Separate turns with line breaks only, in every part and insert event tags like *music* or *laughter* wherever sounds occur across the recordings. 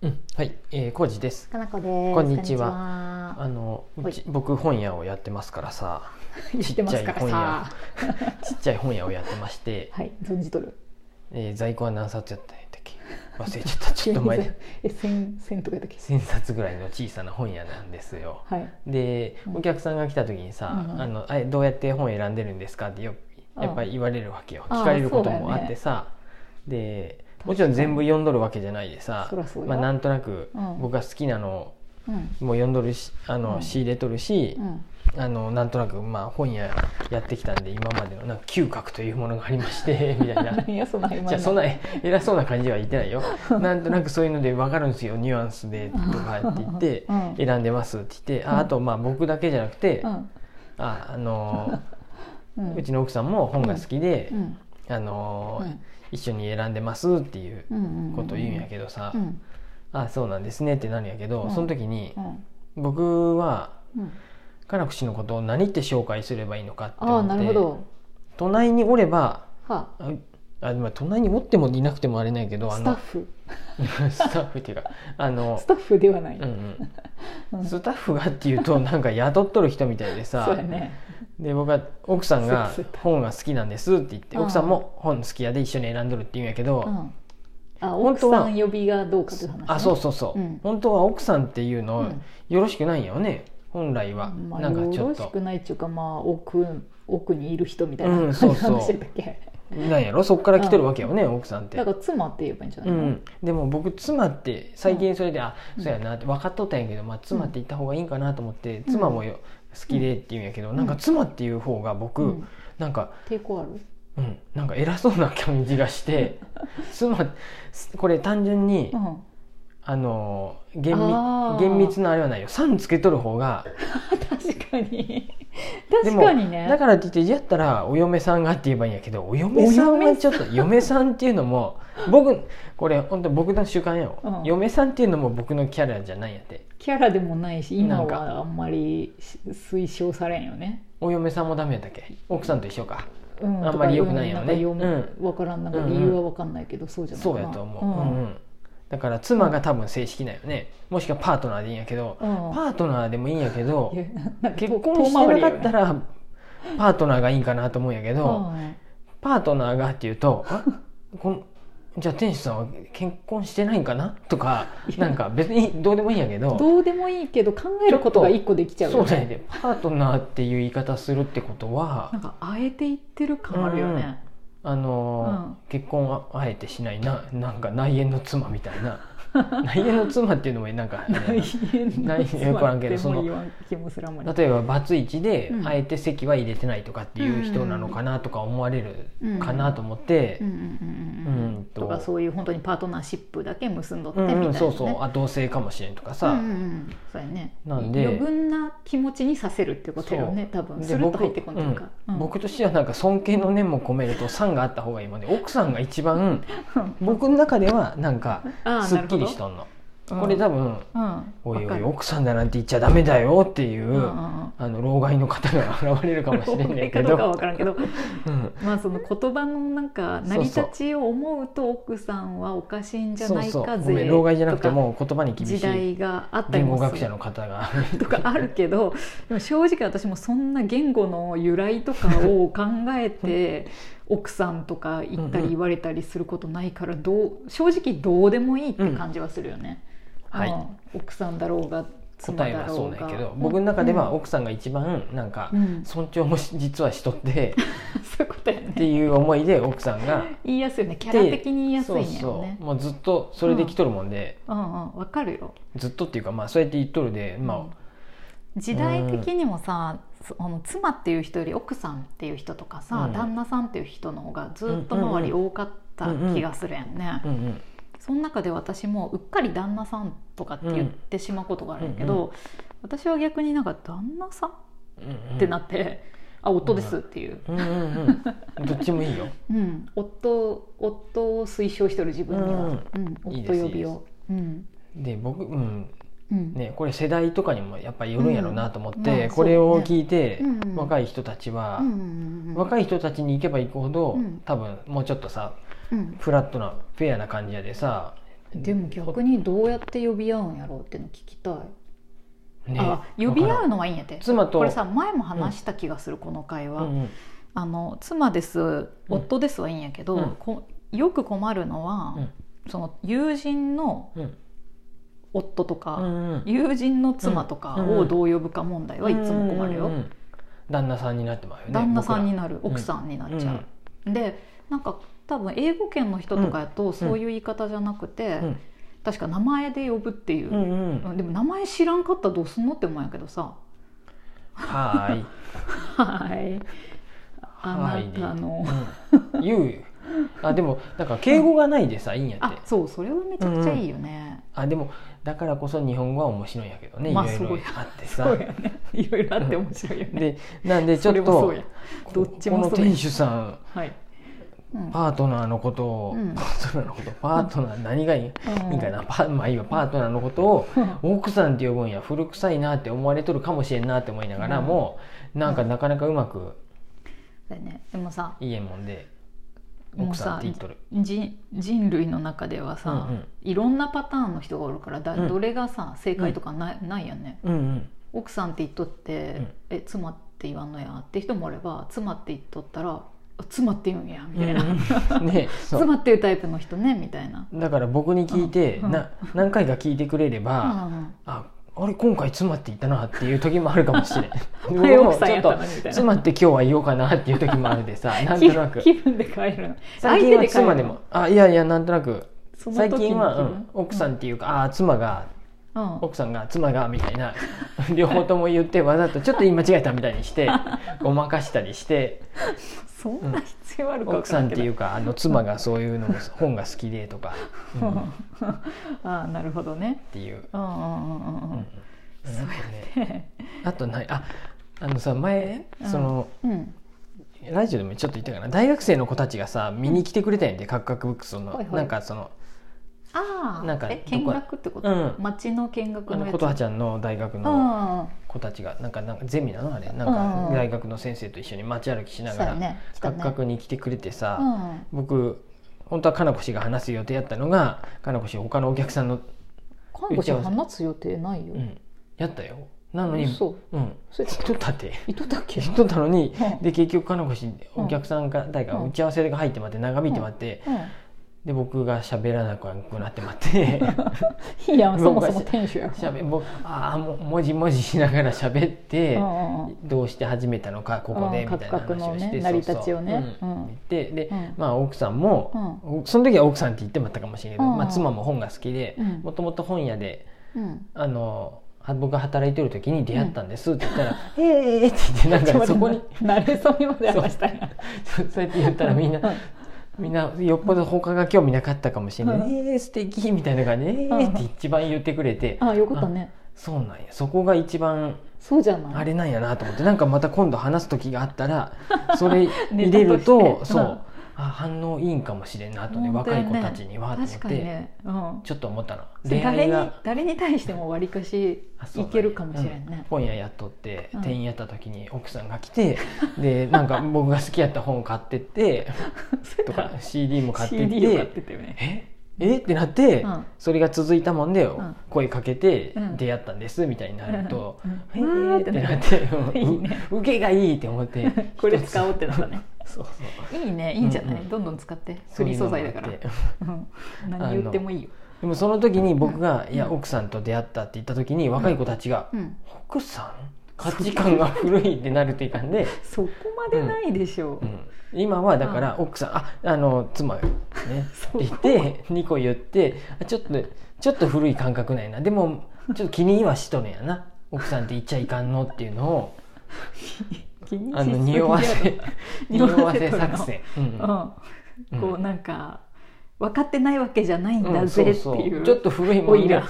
うん、はい、えー、コージです。
かなこです。
こんにち
は
あの、
はいう
ち僕本屋をやってますからさ、
言ってますからさ。
ちっちゃい本屋を *laughs* やってまして、
はい、存じとる。
えー、在庫は何冊やったんやったっけ？忘れちゃ
*laughs*
った。ちょっと前
急に
で
え、千、千とかやったっけ。
千冊ぐらいの小さな本屋なんですよ。
はい。
で、
うん
お客さんが来た時にさ、
うんうん
あのあれどうやって本選んでるんですかってよ
うん
やっぱり言われるわけよ。
ああ
聞かれること
そう
も
だ
あ
よね
ってさ、で。
かに
もちろん全部読んどるわけじゃないでさ
そらそう、よ
まあ、なんとなく
うん
僕が好きなの
うん。
も読んどるしあの、
うん
仕入れとるし、
うん。
あのなんとなくまあ本屋やってきたんで今までのなんか嗅覚というものがありまして
*laughs*
みたいな。
何や、そんな今の。
じゃあそんな偉そうな感じでは言ってないよなんとなくそういうので分かるんですよニュアンスでとかって言って
うん
選んでますって言ってああとまあ僕だけじゃなくて
うん。
ああの
*laughs* うん。
うちの奥さんも本が好きで
うん。
あの
うん
一緒に選んでますっていう
うん。
ことを言うんやけどさ
うん。
あそうなんですねってなるんやけ
う
ど
ん
その時に
うん。
僕は
うん。
カラクシのことを何って紹介すればいいのかって
あ
思
あ、
って
なるほど。
隣におれば
は
ああまあ隣におってもいなくてもあれないけど
あ。
あ
スタッ
の
フ。
*laughs* スタッフっていうかあの
ス、タッフではない。
うん
う
うんん、
そ
スタッフがっていうとなんか雇っとる人みたいでさ
うやね。
で僕は奥さんが
そうそう
本が好きなんですって言って
うん
奥さんも本好きやで一緒に選んどるって言うんやけど、
うん。あ、
本
奥
当は
さん呼びがどうかという話ね。
あそうそうそう、
うん
本当は奥さんっていうの
うん
よろしくないんよね本来は、
まあ、
なんかち
よ
ょ
ろ
っ
し
と
くないっていうか、まあ、奥、奥にいる人みたいな
うん
感
そう
じ
そう
の話だっけ。
なんやろそっから来てるわけよね、奥さんって
だから妻って言えばいいんじゃな
う
いの、
ん、でも僕妻って最近それで、あ
うん
そうやなって分かっとったんやけど、まあ、妻って言った方がいいんかなと思って、
うん
妻もよ好きでって言うんやけど、
ん
なんか妻っていう方が僕、
うん
なんか、
抵抗ある
うん、なんか偉そうな感じがして
*laughs*
妻これ単純に、
うん *laughs*
あの厳密
あー
厳密なあれはないよ「さん」つけとる方が
確かに
*laughs* で
確
も
かにね
だからって言ってやったらお嫁さんがって言えばいいんやけどお嫁さんはちょっと嫁さんっていうのも僕これ本当僕の習慣よ、
うん
嫁さんっていうのも僕のキャラじゃないんやって
キャラでもないし今
なんか
はあんまりし推奨されんよね、
お嫁さんもダメやったっけ奥さんと一緒か
うん、
あんまり良くないよね
とかうんなんか読
う
むわからんなんか
うんうん
理由はわかんないけど、そうじゃないか
そ
な
うやと思う、うんうんだから妻が多分正式なんよねもしくはパートナーでいいんやけど、
うんうん
パートナーでもいいんやけど
いや *laughs* なんか
結婚してなかった
ら、
らパートナーがいいんかなと思うんやけ
う
ど、
ん
パートナーがっていうとあこんじゃあ天使さんは結婚してないんかなとか
いや
なんか別にどうでもいいんやけど
どうでもいいけど考えることが一個できちゃう
そ
よ
うだよ
ね
ねパートナーっていう言い方するってこと
なん
は
かあえて言ってる感あるよね、 *laughs*
あのー結婚はあえてしないななんか内縁の妻みたい
*laughs*
な内縁の妻っていうのもなんかあれやな
内縁
内縁よくわからんけどその
も言わん気もするあんまり
例えばバツイチで
うん
あえて席は入れてないとかっていう人なのかなとか思われるかなと思って
うんうんうんうん
うんと
とかそういう本当にパートナーシップだけ結んどって
う
みたい
ん
な、ね
うんそうそうあ同性かもしれんとかさ、
うんうんうんそうやね
なんで
余分な気持ちにさせるってことよね多分
です
ると入ってこんというか、
うん
うん
僕としてはなんか尊敬の念も込めると3があった方がいいもんで奥さんが一番
うん
僕の中ではなんか
あー
すっきりしとんの
うん
これ多分
うん
「おい
わ
お
か
い
る
奥さんだなんて言っちゃダメだよ」っていうう、
んうんうん
あの老害の方が現れるかもしれないけ
かどうかは
ど
分からんけど
うん
まあその言葉のなんか成り立ちを思うと奥さんはおかしいんじゃ
そう
ない
そう
か
ごめ
ぜ
ん老害じゃな
と
くて
か
もう言葉に厳しい
時代があったり
言
も
語
する
学者の方が
とかあるけどでも正直私もそんな言語の由来とかを考えて奥さんとか言った
うんう
り
ん
言われたりすることないからどう正直どうでもいいって感じはするよね。
うんはい
うん奥さんだろうが妻
答え
だ
は
ろ
そう
う
な
が
んやけど僕の中では
うん
奥さんが一番なんか
うん *laughs*
尊重もし実はしとって
そういうことや
って
ね
いう思いで奥さんが。
言いやすいよねキャラ的に言いやすいんやよ
そ
ね。
うそうもうずっとそれで来とるもんで、
うんうんわかるよ
ずっとっていうかまあそうやって言っとるでま
時代的にもさ、そあの妻っていう人より奥さんっていう人とかさ、
うん
旦那さんっていう人の方がずっと周り多かった気がするやんね、
あうんうん
その中で私もうっかり旦那さんとかって言ってしまうことがあるんやけど、
うんうん
私は逆になんか旦那さん
うんうん
ってなって、あ夫ですっていう、
うんうんうんどっちもいいよ
うん、夫夫を推奨してる自分には、
う
うんん
いいで
夫
す
呼びをうん
で僕うん
うん
ねこれ世代とかにもやっぱりよるんやろうなと思って、
うんまあ
これを聞いて、
そうねうんうん
若い人たちは、
うんうんうん
若い人たちに行けば行くほど、
うん
多分もうちょっとさ
うん
フラットなフェアな感じやでさ
でも逆にどうやって呼び合うんやろうっていうの聞きたい、
ね
あ呼び合う
う
のはいいんやて
妻と
これさ前も話した気がする、この会
う
話、
ん
あの妻です夫ですはいいんやけど、
うん
こよく困るのは、
うん
その友人の
うん
夫と
うんう
か、
んうん
友人の妻とかをどう呼ぶか問題はいつも困るよ、
うんうんうん旦那さんになってまうよね
旦那さんに
な
なる
僕ら
奥さんになっちゃう、でなんか多分英語圏の人とかやとそういう言い方じゃなくて、
うん
確か名前で呼ぶっていう、
うんうんうん
うんでも名前知らんかったらどうすんのって思うんやけどさ
はーい
はいあな
*laughs*
たの、
うん言うよあでもなんか敬語がないでさいいんやっ
あ
て
そうそれはめちゃくちゃいいよね、
あでもだからこそ日本語は面白いんやけどねい
ま
ろ
あ
い
そ
ろ
うや
あって
そう
さ
やねいろいろあって面白いよね
でなんでちょっ
それもそ
と
うや
こ
どっちもそう
この店主さん
はい、うん
パートナーのことを、
うん
パートナーのことパートナー何がいいい
うん
いかなパ,、まあ、いいわパートナーのことを奥さんって呼ぶんや古臭いなって思われとるかもしれんなって思いながらも、なんかなかなかうまく
だよねでもさ
言えんもんで
もう
奥さんっ
さ
て言っとる。
人人類の中ではさ、
うんうん
いろんなパターンの人がおるからだ
うん
どれがさ正解とかない,、ないやね
うんうん
奥さんって言っとって、
うん
え妻って言わんのやって人もおれば妻って言っとったらあ妻って言うんやみたいな、
うんうん *laughs* ねそう
妻っていうタイプの人ねみたいな、
だから僕に聞いて、
うん
な何回か聞いてくれれば、
うん
ああれ今回妻って言ったなっていう時もあるかもしれん
*laughs*
僕
前
も
奥さん
ちょっ
やった
と
なみたいな
妻って今日は言おうかなっていう時もあるで
*laughs*
さなんとなく
気気分で帰るの
最近は妻でもあいやいやなんとなく
その時
最
の
近は、
気
う
分
ん、奥さんっていうか、ああ妻が
うんうん
奥さんが妻がみたいな *laughs* 両方とも言ってわざとちょっと言い間違えたみたいに
*laughs*
してごまかしたりして
そんな必要あるか分
奥
から
さん
ん
っ
け
て
ど
いうかあの妻がそういうのも本が好きでとか、うんっ
ああなるほどね
ていう。
うんうんうん
う
うんうんん
うんなんかね
で
あとないああのさ前
うん
その、
*laughs* うん
ラジオでもちょっと言ったかな大学生の子たちがさ見に来てくれたんやで、カクカクブックスの、
はいはい
なんかその
ああ
なんか
え見学ってこと、
うん
街の見学
あ
の
の
やつ
琴葉ちゃんの大学の
あ
子たちがなんかなんかゼミなのあれな
うん
ん
うんう
か
ん
大学の先生と一緒に街歩きし
あ
な
そう
が
や
ら、
ね来
カ
た
ク
ね
カクに来てくれてさ、
うん
僕本当はかなこ氏が話す予定やったのがかなこ氏他のお客さんの、
看護師話す予定ないよ、
うん、やったよなのに
そう
うん
それ
人だって
糸だっけ
人だのに
うん
で結局かなこ氏
うん
お客さんが誰か
うん
打ち合わせが入ってまって長引いてまって、
う
で僕が喋らなくなってま
*laughs*
って
ん、いいやんそもそも店主や
しゃべ僕ああも文字文字しながら喋って、
うんうん
どうして始めたのかここで
うん
みたいな話をして、
カクカクのね
そうそう
成り立ちをね
うん
うん
言ってで、
うん
まあ奥さんも、その時は奥さんって言ってまったかもしれないけど、
うん
まあ、妻も本が好きで
うん
もともと本屋で
うん
あのは僕が働いてる時に出会ったんですって言ったら「ええええ」って言ってなんかそこに
慣れそめまで話したいな
そうやって言ったらみんな
うん
みんなよっぽど他が興味なかったかもしれない「
うん
ええ素敵みたいな感じで「ええ
うん
って一番言ってくれて
あよかったね
そうなんやそこが一番
そうじゃない
あれなんやなと思ってなんかまた今度話す時があった
*laughs*
らそれ入れ
ネタ
る
と
と
して
そううんあ反応いいんかもしれんなとね
本
若
当や
い
ね
子たちにはと思っ
確かに
て
ね、うん、
ちょっと思ったの恋
誰
愛
に
が
誰に対してもわりかし
あそうな
い
んや
けるかもしれんね
う、本屋やっとって
うん
店員やった時に奥さんが来
*laughs*
てでなんか僕が好きやった本を買ってって *laughs*
それ
と
なら
か CD も買ってっ
CD を買って
て
てね
ええってなって
うん
それが続いたもんで
ん
声かけて
うん
出会ったんですみたいになると
うん
え
うん
ーってなって
いいね
うん受けがいいって思って
*laughs* これ使おうってなったね
そうそう
いいねいいんじゃない、
うんうん
どんどん使ってフ
そう
リ
い
ー
うの
素
もあ
材
っ
だ
て
から、うん、何言ってもいいよ、
でもその時に僕が「
うん
いや
うん
奥さんと出会った」って言った時に若い子たちが
うん
「奥さん価値観が古い」ってなるといかんで、
*laughs* そこまでないでしょう、
うん今はだから奥さん「ああの妻がね」
*laughs* そ
って
こ
言って2個言ってあちょっとちょっと古い感覚ないなでもちょっと気にはしとるんやな奥さんって言っちゃいかんのっていうのを
気にし
あ
すぎ
の
やろ
匂わせ匂わせ
とるの *laughs*
作戦。うん
う
うん
ん、こうなんか分かってないわけじゃないん
う
だ
んそ
ぜ
う
って
そ
いうう
ちょっと古いも
お
ん
い
で
*laughs* ら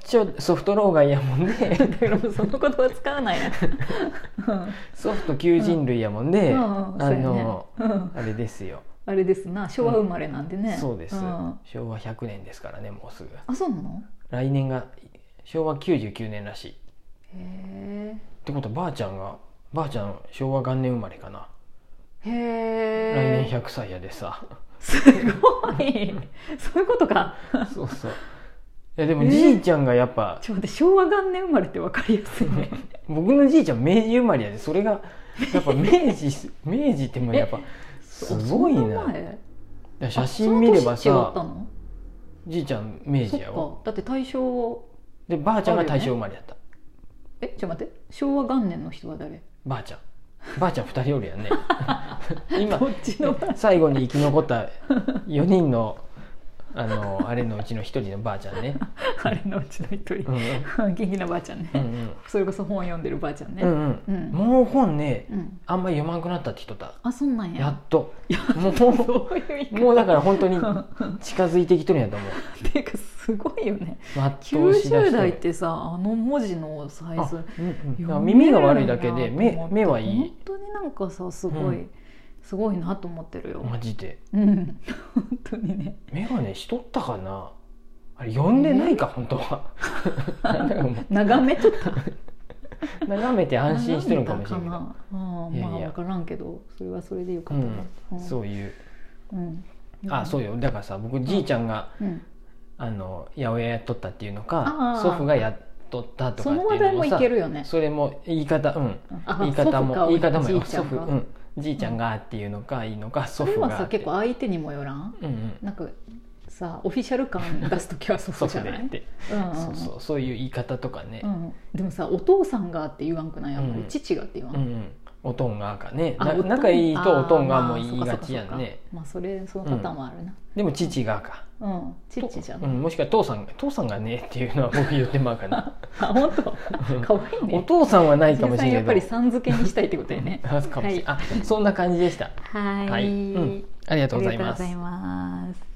ちょソフト老害やもんで
*laughs* だからもうその言葉使わないな
ソフト求人類やもんで、
うんうんうん
あの、
そうやねうん
あれですよ、
あれですな昭和生まれなんでね、
そうです、
ん
昭和100年ですからねもうすぐ
あそうなの
来年が昭和99年らしいっ
へ
てことはばあちゃんがばあちゃん昭和元年生まれかな、
えへえ *laughs*
来年100歳やでさ
すごいそういうことか
そうそういやでも
えー
じいちゃんがやっぱ、
ちょっと待って昭和元年生まれって分かりやすいね
僕のじいちゃん明治生まれやでそれがやっぱ明治明治ってもうやっぱすごい
そん
なだか
前
ら写真見れば
あその年違った
さ
の
じいちゃん明
そ
治
っ
やわ
かだって大正
でばあちゃんが大
ある
正
よ
生まれやった、
えちょっと待って昭和元年の人は誰
ばあちゃ
*laughs*
んばあちゃん2人おるやんね今
どっちの *laughs* 番
最後に生き残った4人のあのあれのうちの1人のばあちゃんね、
あれのうちの一
うん
人
うん
*laughs* 元気なばあちゃんね、
うん
それこそ本読んでるばあちゃんね
うんうん
う
うん
ん、
もう本ね
うん
あんま読まんくなったって人だ
あそんなんや
やっとも
どういう意
う
味
もうだから本当に
っ
近づいてきとるんやと思う
*laughs* ていうかすごいよね
まっとうしだ
90
しと
代っ
る
てさあの文字のサイ
あ
ズ
うんうんだから
読める
耳が悪いだけで
なと思
目
って
目はいい
本当になんかさすご
う
い、
ん
すごいなと思ってるよ
マジで
うん *laughs* 本当にね
眼鏡しとったかなあれ読んでないか本当は *laughs* なんだかも
眺めとった
う眺めて安心してるんかもしれんけ
眺
ど
めたかなあー
いやいや
まあ分からんけどそれはそれでよか
う
った
ん
ね、うん、
そういう
うん、
あそう
う、
よだからさ僕じいちゃんが
うん、
あの八百屋やっとったっていうの
あ
か
ー
祖父がやっとったとか
そ
って
の
いう
話
の
題
も
もい
さ
けるよね
それも言い方うん
あ
言い方も言い方も
祖
よ
父か
祖
おじいち
父う
ゃんか
んじいちゃんがっていうのかいいのか祖
それ
父
は
が
さ結構相手にもよらん
うんうん
なんかさオフィシャル感出す時は祖
祖
父じ
父
ゃ
で
な
っ
い
て
うん
そうそうそういう言い方とかね
うんうんでもさお父さんがって言わんくないやっぱり、
うん
父がって言わん、
うんうんおとんがかね
あ
な
おとん
仲いいとおとんが
あー
も言い
ま
が
あ
ちやんね
そっかそっかそっかまあそれそのパターンもあるな
でも父がか
うん、父じゃ
う
ない、
んもしくは父さんが父さんがねっていうのは僕言ってまうかな
*laughs* あ本当 *laughs* 可愛い
お
ね
父さんはないか
お
も
じ
し
さん
れ
や
ん
っ
け
ぱ
ど
りさん付けにしたいってことやね
あそうかもしれんあそんな感じでした
はい
はい、うん、ありがとうございます
ます